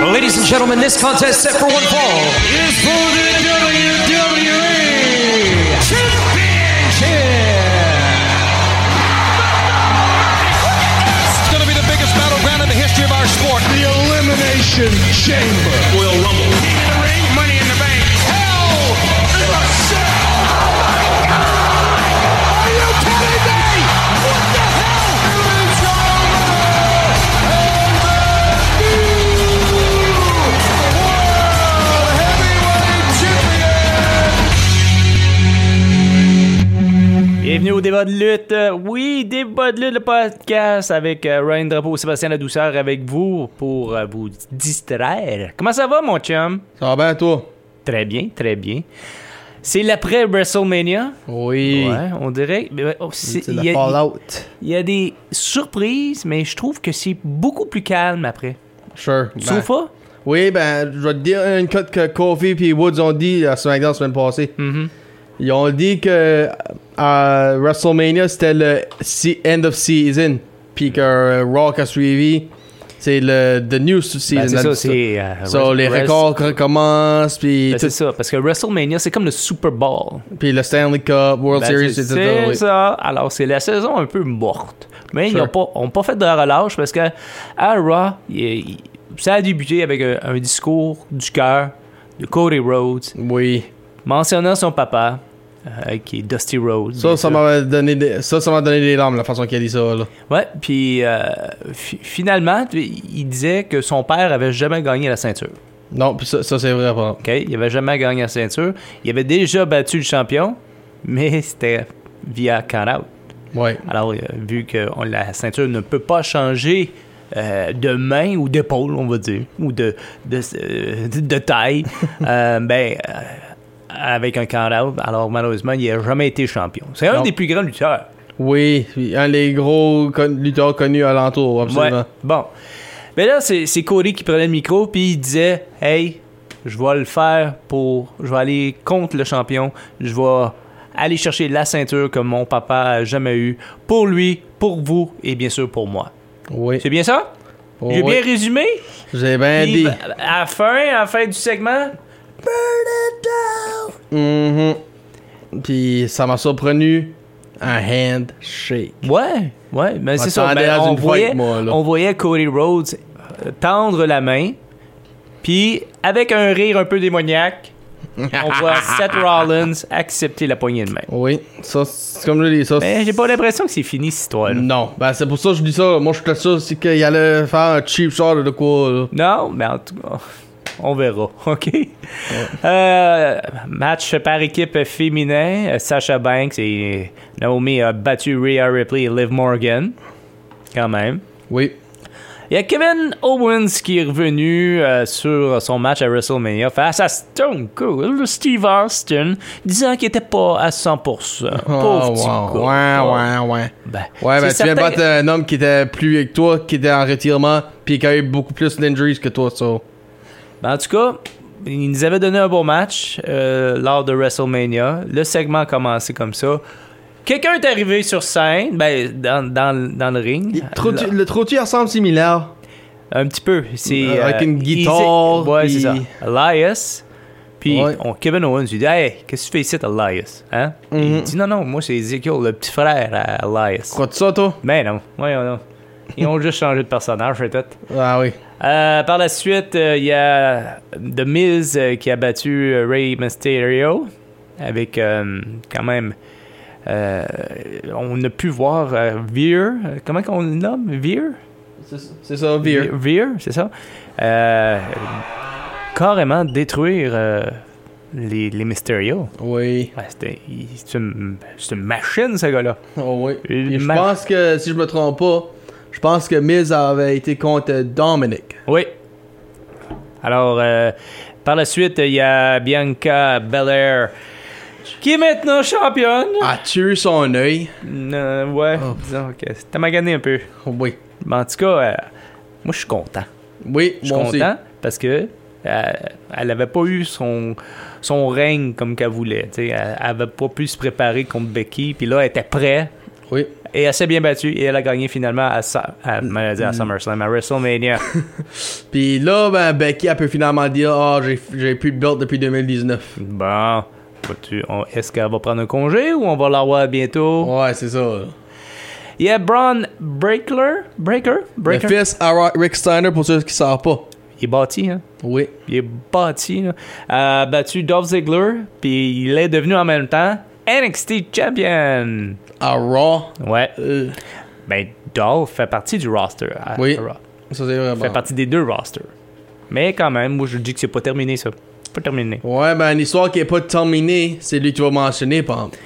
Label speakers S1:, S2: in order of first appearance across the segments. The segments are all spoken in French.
S1: Ladies and gentlemen, this contest set for one fall is for the WWE Championship.
S2: It's going to be the biggest battleground in the history of our sport.
S3: The Elimination Chamber.
S4: Royal Rumble.
S5: King of the Ring, Money in the Bank.
S2: Hell in a Cell. Oh Are you kidding me? What the hell? It's
S6: Bienvenue au débat de lutte. Euh, Oui, débat de lutte, le podcast avec euh, Ryan Drapeau, Sébastien La Douceur avec vous pour euh, vous distraire. Comment ça va, mon chum?
S7: Ça va bien, toi?
S6: Très bien, très bien. C'est l'après WrestleMania.
S7: Oui.
S6: Ouais, on dirait. mais, ouais, oh, c'est-
S7: C'est le
S6: il y a-
S7: Fallout.
S6: Il y a des surprises, mais je trouve que c'est beaucoup plus calme après.
S7: Sure.
S6: Tu
S7: Ben,
S6: trouves pas?
S7: Oui, ben, je vais te dire une cote que Kofi et Woods ont dit à SmackDown la semaine passée.
S6: Mhm.
S7: Ils ont dit que euh, à WrestleMania, c'était le se- end of season. Puis que euh, Raw qui a suivi, c'est le the new season.
S6: Ben, c'est
S7: La-
S6: ça, c'est. euh,
S7: So, les
S6: Res-
S7: records qui recommencent, puis
S6: Ben, c'est
S7: tout-
S6: ça, parce que WrestleMania, c'est comme le Super Bowl.
S7: puis le Stanley Cup, World
S6: Ben,
S7: Series,
S6: c'est-
S7: etc.
S6: c'est
S7: oui.
S6: ça. Alors, c'est la saison un peu morte. Mais ils
S7: Sure.
S6: n'ont pas, ont pas fait de relâche parce que à Raw, il- il- ça a débuté avec un, un discours du cœur de Cody Rhodes
S7: Oui.
S6: mentionnant son papa, euh, qui est Dusty Rhodes.
S7: Ça,
S6: bien
S7: ça
S6: sûr.
S7: m'a donné, des- ça, ça m'a donné des larmes, la façon qu'il a dit ça, là.
S6: Ouais, puis euh, fi- finalement, tu- il disait que son père avait jamais gagné la ceinture.
S7: Non, puis ça, ça, c'est vrai, par exemple.
S6: OK? Il avait jamais gagné la ceinture. Il avait déjà battu le champion, mais c'était via count-out.
S7: Ouais.
S6: Alors, euh, vu que on- la ceinture ne peut pas changer euh, de main ou d'épaule, on va dire, ou de, de, euh, de- de taille, euh, ben, euh, avec un count-out, alors malheureusement, il n'a jamais été champion. C'est un
S7: Non.
S6: des plus grands lutteurs.
S7: Oui, puis un des gros con- lutteurs connus alentour, absolument.
S6: Ouais. Bon. Mais là, c'est c'est Corey qui prenait le micro, puis il disait Hey, je vais le faire pour. Je vais aller contre le champion. Je vais aller chercher la ceinture que mon papa a jamais eu pour lui, pour vous et bien sûr pour moi.
S7: Oui.
S6: C'est bien ça?
S7: Oh,
S6: J'ai
S7: oui.
S6: bien résumé?
S7: J'ai bien
S6: Puis,
S7: dit.
S6: à la fin, à la fin du segment,
S7: Mhm. Puis ça m'a surprendu. Un handshake.
S6: Ouais, ouais, mais c'est ça.
S7: m'attendais
S6: Ben,
S7: à
S6: on,
S7: une
S6: voyait,
S7: fight, moi, là.
S6: on voyait Cody Rhodes euh, tendre la main, puis avec un rire un peu démoniaque, on voit Seth Rollins accepter la poignée de main.
S7: Oui, ça, c'est comme je dis, ça.
S6: Mais j'ai pas l'impression que c'est fini cette histoire. là
S7: Non, ben c'est pour ça que je dis ça. Moi, je suis sûr c'est qu'il allait faire un cheap shot de quoi, là.
S6: Non, mais en tout cas, on verra, ok? Euh, match par équipe féminin, euh, Sasha Banks et Naomi a battu Rhea Ripley et Liv Morgan, quand même.
S7: Oui.
S6: Il y a Kevin Owens qui est revenu euh, sur son match à WrestleMania face à Stone Cold Steve Austin, disant qu'il était pas à 100%. Pauvre
S7: Oh,
S6: petit
S7: wow.
S6: gars.
S7: Ouais, ouais, ouais.
S6: Ben,
S7: Ouais, ben
S6: c'est
S7: tu viens de
S6: certain-
S7: battre un homme qui était plus vieux que toi, qui était en retirement, puis qui a eu beaucoup plus d'injuries que toi, ça.
S6: Ben, en tout cas, il nous avait donné un bon match euh, lors de WrestleMania. Le segment a commencé comme ça. Quelqu'un est arrivé sur scène, ben, dans, dans- dans le ring.
S7: Il- trop- Le trottu ressemble similaire.
S6: Un petit peu. C'est,
S7: Euh, avec une
S6: Easy-
S7: guitare,
S6: Ouais,
S7: puis-
S6: c'est ça. Elias. Puis
S7: Ouais.
S6: on- Kevin Owens lui dit Hey, qu'est-ce que tu fais ici, Elias hein?
S7: Mm-hmm.
S6: Il dit Non, non, moi c'est Ezekiel, le petit frère à Elias.
S7: Crois-tu ça, toi?
S6: Mais non, voyons donc. Ils ont juste changé de personnage, peut-être.
S7: Ah oui.
S6: Euh, par la suite, euh, il y a The Miz euh, qui a battu euh, Rey Mysterio avec euh, quand même. euh, on a pu voir euh, Veer. euh, Comment qu'on le nomme Veer
S7: C'est ça, Veer.
S6: Veer, c'est ça. Euh, carrément détruire euh, les, les Mysterio.
S7: Oui.
S6: Ouais, c'était- il- c'est une, c'est une machine, ce gars-là.
S7: Oh oui.
S6: Il
S7: Puis je
S6: mar-
S7: pense que, si je me trompe pas, je pense que Miz avait été contre Dominic.
S6: Oui. Alors, euh, par la suite, il y a Bianca Belair qui est maintenant championne.
S7: A tué son œil.
S6: Euh, ouais,
S7: Oh.
S6: disons que c'était magané un peu.
S7: Oui.
S6: Mais en tout cas, euh, moi, je suis content.
S7: Oui,
S6: Je suis
S7: moi aussi.
S6: content parce que euh, elle n'avait pas eu son, son règne comme qu'elle voulait. tu sais. Elle n'avait pas pu se préparer contre Becky. Puis là, elle était prête.
S7: Oui.
S6: Et elle s'est bien battue et elle a gagné finalement à, Sa- à-
S7: Mm.
S6: m'allais dire à SummerSlam, à WrestleMania.
S7: Puis là, ben, Becky, elle peut finalement dire Ah, j'ai- j'ai plus de belt depuis 2019.
S6: bon, vas-tu- on- est-ce qu'elle va prendre un congé ou on va la voir bientôt?
S7: Ouais, c'est ça. là.
S6: Il y a Braun Breaker, Breaker,
S7: Le
S6: Breaker.
S7: fils à Rock- Rick Steiner, pour ceux qui savent pas.
S6: Il est bâti, hein?
S7: Oui.
S6: Il est bâti, là. A battu Dolph Ziggler, puis il est devenu en même temps NXT Champion.
S7: À Raw.
S6: Ouais.
S7: Euh,
S6: Ben, Dolph fait partie du roster. à-
S7: oui.
S6: à Raw.
S7: Ça, c'est vraiment.
S6: Fait partie des deux rosters. Mais quand même, moi, je dis que c'est pas terminé, ça. Pas terminé.
S7: Ouais, ben, une histoire qui est pas terminée, c'est lui que tu vas mentionner, par exemple.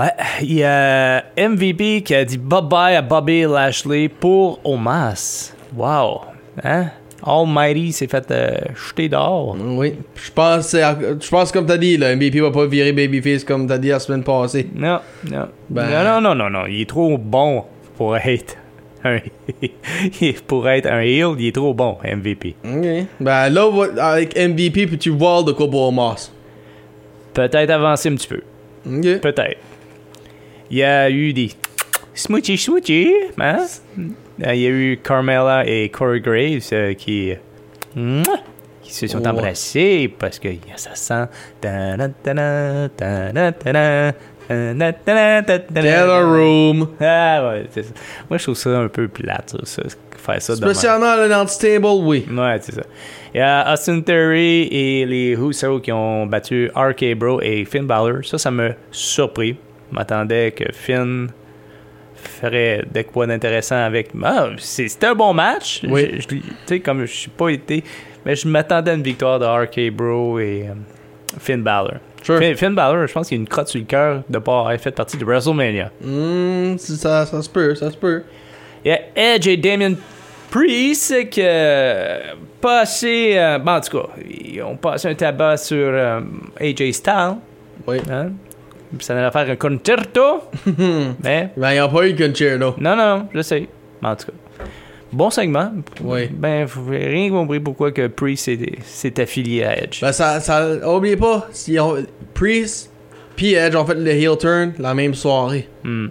S6: Ouais, il y a MVP qui a dit bye-bye à Bobby Lashley pour Omas. Wow. Hein? Almighty s'est fait euh, jeter dehors.
S7: Oui. Je pense, c'est à- je pense comme t'as dit, là, MVP va pas virer Babyface comme t'as dit la semaine passée.
S6: Non, non.
S7: Ben-
S6: Non, non, non, non, non. Il est trop bon pour être un... pour être un heel, il est trop bon, MVP.
S7: Ok. Ben là, va- avec MVP, puis tu vois de quoi pour Moss.
S6: Peut-être avancer un petit peu.
S7: Ok.
S6: Peut-être. Il y a eu des smoochie smoochie, hein? Euh, Il y a eu Carmella et Corey Graves euh, qui, Mouah! qui se sont
S7: Ouais.
S6: embrassés parce que ça sent. Ta-da, ta-da, ta-da, ta-da, ta-da, ta-da, ta-da.
S7: Taylor Room.
S6: Ah ouais, c'est ça. Moi je trouve ça un peu plate, ça, ça, faire ça de même.
S7: Spécialement le Anti Table, oui.
S6: Ouais, c'est ça. Il y a Austin Theory et les Husso qui ont battu RK Bro et Finn Balor. Ça, ça m'a surpris. Je m'attendais que Finn ferait de quoi d'intéressant avec. Ah, c'est- c'était un bon match.
S7: Oui.
S6: Je- je- Tu sais, comme je suis pas été. Mais je m'attendais à une victoire de RK Bro et euh, Finn Balor.
S7: Sure.
S6: Finn, Finn Balor, je pense qu'il a une crotte sur le cœur de ne pas avoir fait partie de WrestleMania.
S7: Hmm, ça, ça se peut, ça se peut.
S6: Il y a Edge et Damien Priest qui euh, passé. euh, bon, en tout cas, ils ont passé un tabac sur euh, AJ Styles.
S7: Oui.
S6: Hein? Ça allait faire un concerto. mais
S7: Ben, ils ont pas eu qu'une chair, là.
S6: non, non, je sais. Mais en tout cas, bon segment.
S7: Oui.
S6: Ben, vous avez rien compris pourquoi que Priest s'est- s'est affilié à Edge.
S7: Ben, ça, ça, oubliez pas, si on, Priest puis Edge ont fait le heel turn la même soirée.
S6: Hmm.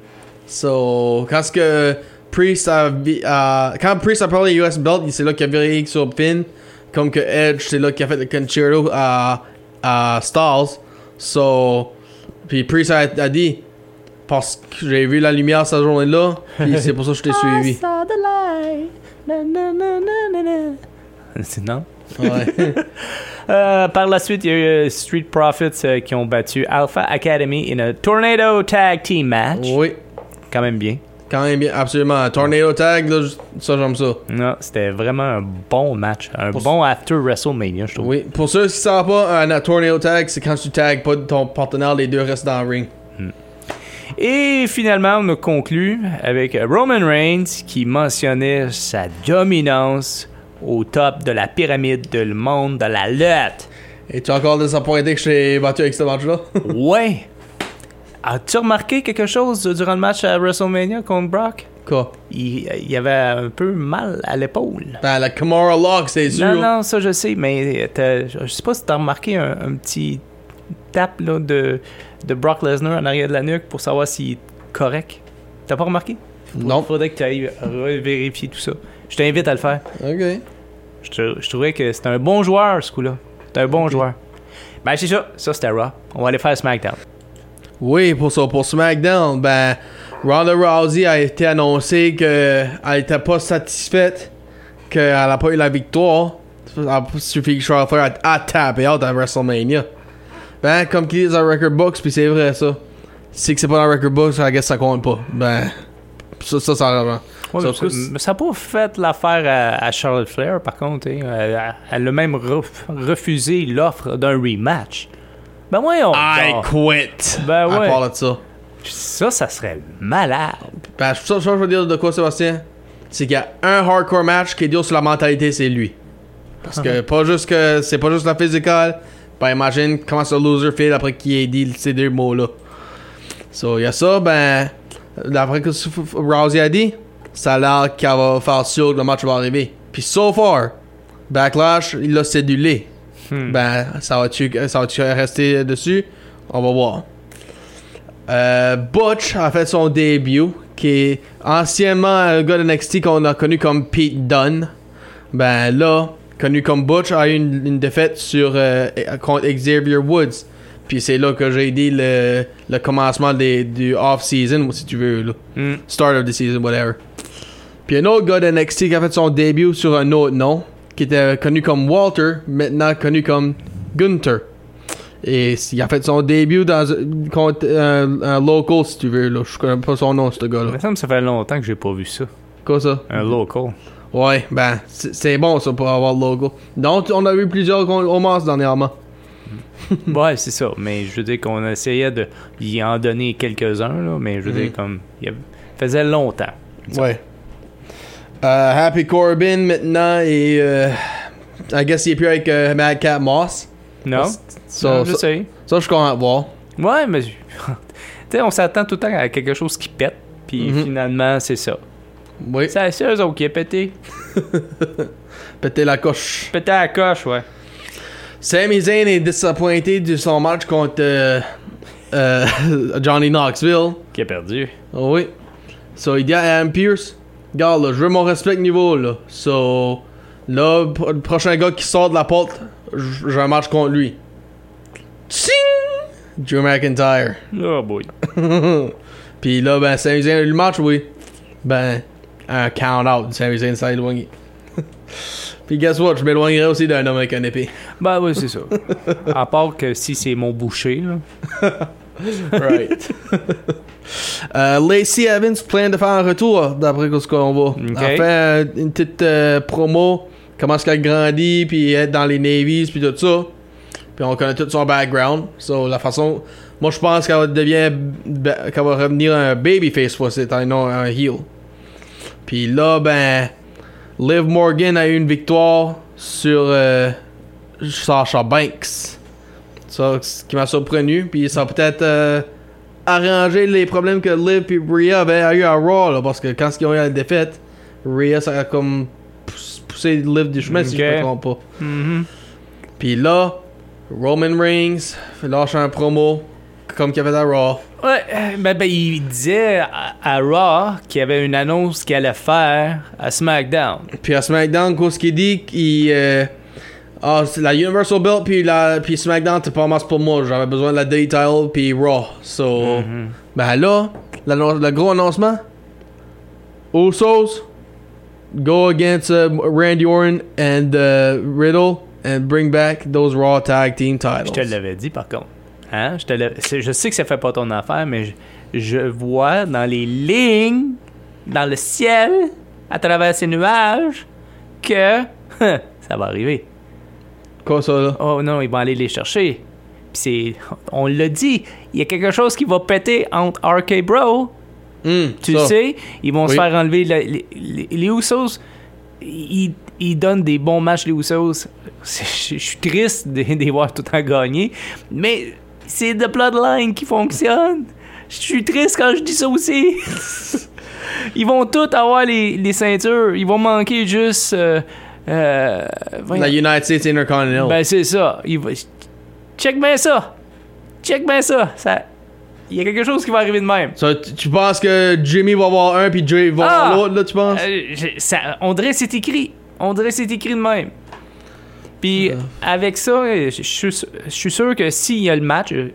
S7: So, quand ce que Priest a, vi- a- quand Priest a parlé US belt, c'est là qu'il a viré sur Finn, comme que Edge, c'est là qu'il a fait le concerto à, à Styles. So, puis Priest a, a dit parce que j'ai vu la lumière cette journée-là, puis c'est pour ça que je t'ai suivi.
S6: non?
S7: Ouais.
S6: Euh, par la suite, il y a eu euh, Street Profits euh, qui ont battu Alpha Academy in a Tornado Tag Team match.
S7: oui.
S6: Quand même bien.
S7: Quand même bien, absolument. Tornado tag, là, ça j'aime ça.
S6: Non, Ah, c'était vraiment un bon match. Un bon after WrestleMania, je trouve.
S7: Oui, pour ceux qui savent pas, un tornado tag, c'est quand tu tags pas ton partenaire, les deux restent dans le ring.
S6: Et finalement, on a conclu avec Roman Reigns qui mentionnait sa dominance au top de la pyramide de le monde de la lutte.
S7: Et tu es encore désappointé que je t'ai battu avec ce match-là?
S6: Ouais. As-tu remarqué quelque chose durant le match à WrestleMania contre Brock?
S7: Quoi?
S6: Il, il avait un peu mal à l'épaule.
S7: Ben, la Kamara Lock, c'est sûr.
S6: Non, non, ça je sais, mais euh, t'as- je sais pas si t'as remarqué un, un petit tap là, de, de Brock Lesnar en arrière de la nuque pour savoir s'il est correct. T'as pas remarqué?
S7: Non.
S6: Faudrait que tu ailles vérifier tout ça. Je t'invite à le faire.
S7: Ok.
S6: Je, trou- je trouvais que c'était un bon joueur ce coup-là. C'était un bon joueur. Ben c'est ça, ça c'était Raw. On va aller faire SmackDown.
S7: Oui, pour ça, pour SmackDown, ben, Ronda Rousey a été annoncée qu'elle était pas satisfaite qu'elle a pas eu la victoire. Ça a suffi que Charlotte Flair a, a tapé out à WrestleMania. Ben, comme qu'ils disent dans Record Books, puis c'est vrai ça. Si que c'est pas dans Record Books, I guess ça compte pas. Ben, ça, ça, ça rend.
S6: Ouais,
S7: ça,
S6: mais ça- mais ça n'a pas fait l'affaire à, à Charlotte Flair, par contre. hein. Elle, elle- elle a même ref- refusé l'offre d'un rematch. Ben voyons.
S7: I
S6: donc.
S7: quit!
S6: Ben
S7: À
S6: ouais.
S7: part de ça.
S6: Ça, ça serait malade.
S7: Ben, je- ça, ça, je veux dire de quoi, Sébastien? C'est qu'il y a un hardcore match qui est dur sur la mentalité, c'est lui. Parce que pas juste que c'est pas juste la physicale. Ben, imagine comment ce loser fait après qu'il ait dit ces deux mots-là. So, il y a ça, ben, d'après que F- F- Rousey a dit, ça a l'air qu'elle va faire sûr que le match va arriver. Puis, so far, Backlash, il l'a cédulé. Ben, ça va-tu ça va-tu rester dessus? On va voir. Euh, Butch a fait son début qui est anciennement un gars de NXT qu'on a connu comme Pete Dunne. Ben là, connu comme Butch, a eu une, une défaite sur, euh, contre Xavier Woods. Puis c'est là que j'ai dit le, le commencement des, du off-season, si tu veux. Là.
S6: Mm.
S7: Start of the season, whatever. Puis un autre gars de NXT qui a fait son début sur un autre nom, qui était connu comme Walter, maintenant connu comme Gunther. Et il a fait son début dans contre un, un local, si tu veux. Là. Je connais pas son nom, ce gars-là.
S6: Il me semble que ça fait longtemps que j'ai pas vu ça.
S7: Quoi ça?
S6: Un local.
S7: Ouais, ben, c'est c'est bon ça pour avoir le logo. Donc, on a eu plusieurs qu'on commence dernièrement.
S6: ouais, c'est ça. Mais je veux dire qu'on essayait de y en donner quelques-uns, là, mais je veux dire, comme. Il y avait- faisait longtemps.
S7: Ouais. Euh, Happy Corbin maintenant et. Euh, I guess il est plus avec euh, Madcap Moss.
S6: Non?
S7: Ça,
S6: Non, je
S7: ça-
S6: sais.
S7: ça, je comprends voir.
S6: Ouais, mais. tu sais, on s'attend tout le temps à quelque chose qui pète, puis
S7: Mhm.
S6: finalement, c'est ça.
S7: Oui.
S6: C'est c'est eux autres qui a pété.
S7: Péter la coche.
S6: Pété à la coche, ouais.
S7: Sami Zayn est disappointé de son match contre euh, euh, Johnny Knoxville.
S6: Qui a perdu.
S7: Ah Oui. So, il dit à Adam Pierce, regarde, là, je veux mon respect niveau, là. So, là, pro- le prochain gars qui sort de la porte, j- j'ai un match contre lui. Tsing! Drew McIntyre.
S6: Oh boy.
S7: Puis là, ben, Sami Zayn a eu le match, oui. Ben, un count-out. Sami Zayn s'est éloigné. Puis guess what, je m'éloignerai aussi d'un homme avec un épée.
S6: Ben oui, c'est ça. à part que si c'est mon boucher, là.
S7: Right. Euh, Lacey Evans plein de faire un retour d'après ce qu'on voit. Elle fait euh, une petite euh, promo, comment est-ce qu'elle grandit, puis être dans les Navies, puis tout ça. Puis on connaît tout son background. So, la façon. Moi, je pense qu'elle devient. ba- qu'elle va revenir un babyface fois-ci, et non un heel. Puis là, ben. Liv Morgan a eu une victoire sur euh, Sasha Banks. Ça, ce qui m'a surprendu. Puis ça a peut-être euh, arrangé les problèmes que Liv et Rhea avaient eu à Raw. là, parce que quand ils ont eu la défaite, Rhea, ça a comme pouss- poussé Liv du chemin, si je
S6: Ok.
S7: me trompe pas. Puis là, Roman Reigns lâche un promo comme qu'il avait à Raw.
S6: Ouais, euh, ben, ben, il disait à, à Raw qu'il y avait une annonce qu'il allait faire à SmackDown.
S7: Puis à SmackDown, qu'est-ce qu'il dit qu'il, euh, ah, c'est la Universal Belt, puis, la, puis SmackDown, c'est pas masse pour moi. J'avais besoin de la Daytile, puis Raw. So,
S6: Mm-hmm.
S7: ben là, l'annon- le gros annoncement Usos go against uh, Randy Orton and uh, Riddle and bring back those Raw Tag Team titles.
S6: Je te l'avais dit, par contre. Hein? Je, te l'avais- c'est- je sais que ça fait pas ton affaire, mais je, je vois dans les lignes, dans le ciel, à travers ces nuages, que ça va arriver.
S7: Quoi ça là
S6: Oh non, ils vont aller les chercher. Puis c'est. On l'a dit, il y a quelque chose qui va péter entre RK Bro.
S7: Hmm,
S6: Mm. Tu
S7: ça.
S6: le sais, ils vont se
S7: Oui.
S6: faire enlever. la- les, les, les Usos, ils, ils donnent des bons matchs, les Usos. C'est- Je je suis triste de de les voir tout le temps gagner. Mais c'est The Bloodline qui fonctionne. Je suis triste quand je dis ça aussi. ils vont tous avoir les, les ceintures. Ils vont manquer juste. euh, euh, voyons.
S7: La United States Intercontinental.
S6: Ben c'est ça. Il va- Check bien ça. Check bien ça. ça. Il y a quelque chose qui va arriver de même.
S7: So, tu tu penses que Jimmy va avoir un, puis Jay va
S6: Ah!
S7: avoir l'autre, là, tu penses
S6: Euh, j'ai- ça, on dirait que c'est écrit. On dirait que c'est écrit de même. Puis avec ça, euh, je je suis sûr- je suis sûr que s'il y a le match, euh,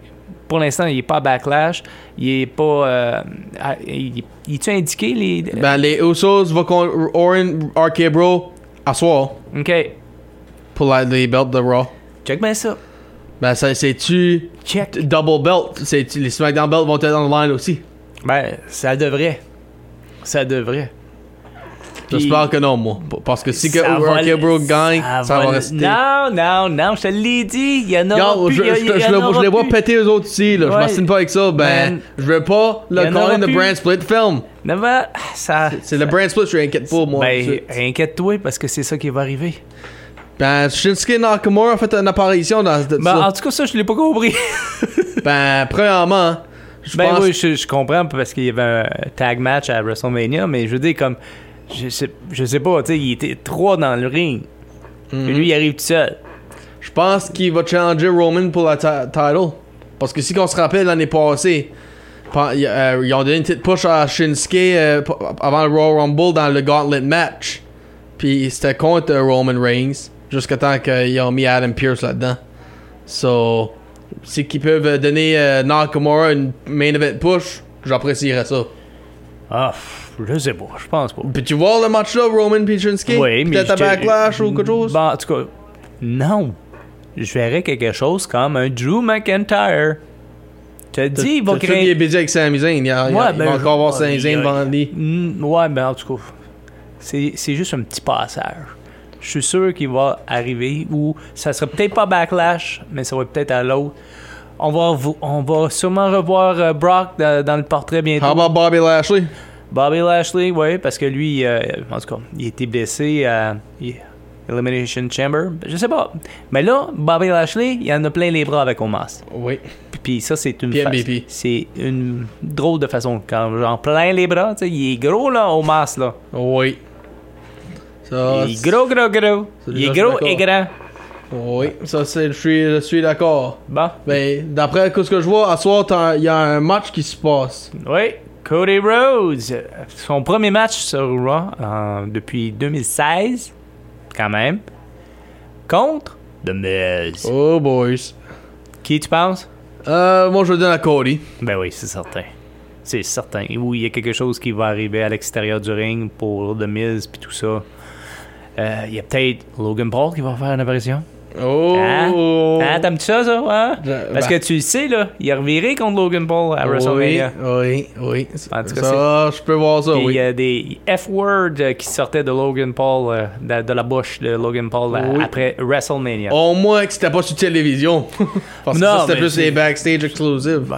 S6: pour l'instant, il n'est pas à backlash. Il est pas. euh, à- il il est-tu indiqué les.
S7: Ben, les Usos vont contre Orin RK Bro à soir
S6: Ok.
S7: pour la, les belts de Raw.
S6: Check bien ça.
S7: Ben, ça, c'est-tu
S6: Check.
S7: double belt? C'est-tu- les SmackDown belts vont être en line aussi?
S6: Ben, ça devrait. Ça devrait. Puis-
S7: J'espère que non, moi. P- Parce que si que
S6: Ça va le-
S7: RK Bro gagne, ça, va
S6: le-
S7: rester.
S6: Non, non, non, je te l'ai dit, il y en
S7: Regarde,
S6: aura plus.
S7: je,
S6: il y a-
S7: je-
S6: il y
S7: je
S6: en
S7: le-
S6: aura
S7: je les vois
S6: plus.
S7: péter eux autres aussi, là.
S6: Ouais.
S7: Je m'assine pas avec ça. Ben,
S6: Man.
S7: je veux pas
S6: Il y
S7: le
S6: en aura
S7: calling de
S6: plus.
S7: brand split film.
S6: Non, ben, ça...
S7: C'est le brand split, je suis inquiète pour moi.
S6: Ben,
S7: Je-
S6: inquiète-toi, parce que c'est ça qui va arriver.
S7: Ben, Shinsuke Nakamura a fait une apparition dans ce-
S6: Ben,
S7: ça.
S6: en tout cas, ça, je l'ai pas compris.
S7: Ben, premièrement, je
S6: ben
S7: pense
S6: oui, je, je comprends, parce qu'il y avait un tag match à WrestleMania, mais je veux dire, comme... Je sais, je sais pas, tu sais, il était trois dans le ring. Et lui, il arrive tout seul.
S7: Je pense qu'il va challenger Roman pour la ti- title. Parce que si on se rappelle l'année passée, Pen- y- euh, ils ont donné une petite push à Shinsuke euh, p- avant le Royal Rumble dans le Gauntlet match. Puis c'était contre euh, Roman Reigns jusqu'à temps qu'ils ont mis Adam Pierce là-dedans. So, si qu'ils peuvent euh, donner euh, Nakamura une main event push, j'apprécierais ça.
S6: Ah, pff, je sais pas, je pense pas.
S7: Puis tu vois le match là, Roman puis Shinsuke?
S6: Oui, mais.
S7: Peut-être à
S6: je te-
S7: Backlash ou quelque chose?
S6: Ben, en tout cas, non. Je verrais quelque chose comme un Drew McIntyre. Te
S7: T'as-
S6: dis, il va
S7: t'as tout
S6: créer.
S7: dit, Il est busy avec Sami Zayn. Il, y a- il y a-
S6: Ouais,
S7: il
S6: ben,
S7: va
S6: je-
S7: encore avoir
S6: ah,
S7: Sami
S6: il-
S7: Zayn devant lui.
S6: Mm, ouais, mais en tout cas, c'est c'est juste un petit passage. Je suis sûr qu'il va arriver ou ça sera peut-être pas backlash, mais ça va être peut-être à l'autre. On va, vous- on va sûrement revoir euh, Brock dans, dans le portrait bientôt.
S7: How about Bobby Lashley?
S6: Bobby Lashley, oui, parce que lui, euh, en tout cas, il était blessé à il- Elimination Chamber. Je sais pas. Mais là, Bobby Lashley, il en a plein les bras avec Omas.
S7: Oui.
S6: Puis ça, c'est une
S7: Puis
S6: fa-
S7: MVP.
S6: C'est une drôle de façon. Quand j'en plein les bras, tu sais, il est gros, là, au masque, là.
S7: Oui. Ça,
S6: il est gros, gros, gros. Il
S7: Celui-là,
S6: est
S7: je suis
S6: gros et grand.
S7: Oui, ça c'est, je suis, je suis d'accord.
S6: Bon,
S7: Ben, d'après ce que je vois, à soir, t'as- il y a un match qui se passe.
S6: oui. Cody Rhodes, son premier match sur Raw en- depuis 2016, quand même, contre The Miz.
S7: Oh, boys.
S6: Qui tu penses?
S7: Euh, moi, je le donne à Cody.
S6: Ben oui, c'est certain. C'est certain. Ou il y a quelque chose qui va arriver à l'extérieur du ring pour The Miz puis tout ça. Euh, Il y a peut-être Logan Paul qui va faire une apparition.
S7: Oh!
S6: Hein? Hein, t'aimes-tu ça, ça? hein?
S7: Je-
S6: Parce
S7: ben.
S6: que tu le sais, là, il a reviré contre Logan Paul à
S7: oui,
S6: WrestleMania.
S7: oui, oui.
S6: En tout cas,
S7: ça, je peux voir ça,
S6: Puis euh, Il
S7: Ah oui.
S6: y a des F-words euh, qui sortaient de Logan Paul, euh, de, de la bouche de Logan Paul euh,
S7: Oui. Oh.
S6: après WrestleMania.
S7: Au moins que c'était pas sur télévision. Parce que
S6: Non,
S7: ça, c'était
S6: mais
S7: plus
S6: c'est- Bah.
S7: les backstage exclusives.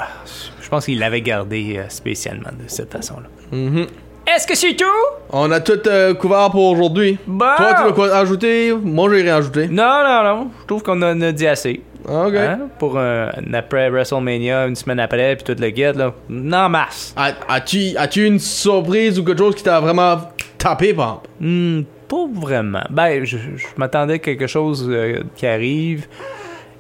S6: Je pense qu'il l'avait gardé euh, spécialement de cette façon-là.
S7: Mm-hmm.
S6: Est-ce que c'est tout?
S7: On a tout euh, couvert pour aujourd'hui.
S6: Bon.
S7: Toi, tu veux quoi ajouter? Moi, j'ai rien ajouté.
S6: Non, non, non. Je trouve qu'on en a dit assez.
S7: Ok.
S6: Hein? Pour un, un après WrestleMania, une semaine après, puis toute la guette, là. Non, masse.
S7: A- As-tu as-tu une surprise ou quelque chose qui t'a vraiment tapé, par exemple?
S6: Hmm, pas vraiment. Ben, je, je m'attendais à quelque chose euh, qui arrive.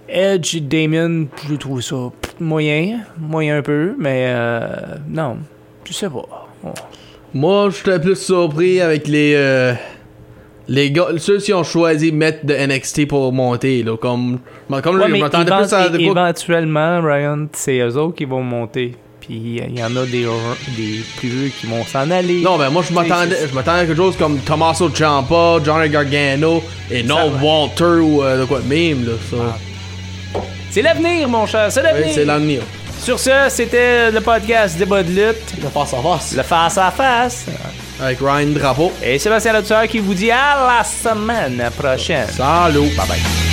S6: Edge et Damien, je trouve ça pff, moyen. Moyen un peu, mais euh, non. Je sais pas. Oh.
S7: Moi, j'étais plus surpris avec les. euh, les gars, ceux qui ont choisi de mettre de NXT pour monter, là. Comme. Comme
S6: Ouais,
S7: je
S6: mais
S7: m'attendais
S6: évent-
S7: plus à. de
S6: é-
S7: quoi-
S6: éventuellement, Ryan, c'est eux autres qui vont monter. Puis il y en a des, des plus vieux qui vont s'en aller.
S7: Non, ben moi, je m'attendais, je m'attendais à quelque chose comme Tommaso Ciampa, Johnny Gargano, et non Walter ou euh, de quoi de même, là. ça.
S6: C'est l'avenir, mon cher, c'est
S7: Ouais,
S6: l'avenir.
S7: c'est l'avenir.
S6: Sur ce, c'était le podcast Débat de lutte,
S7: Le face à face.
S6: le face à face.
S7: Avec Ryan Drapeau.
S6: Et Sébastien Latueur qui vous dit à la semaine prochaine.
S7: Salut. Bye bye.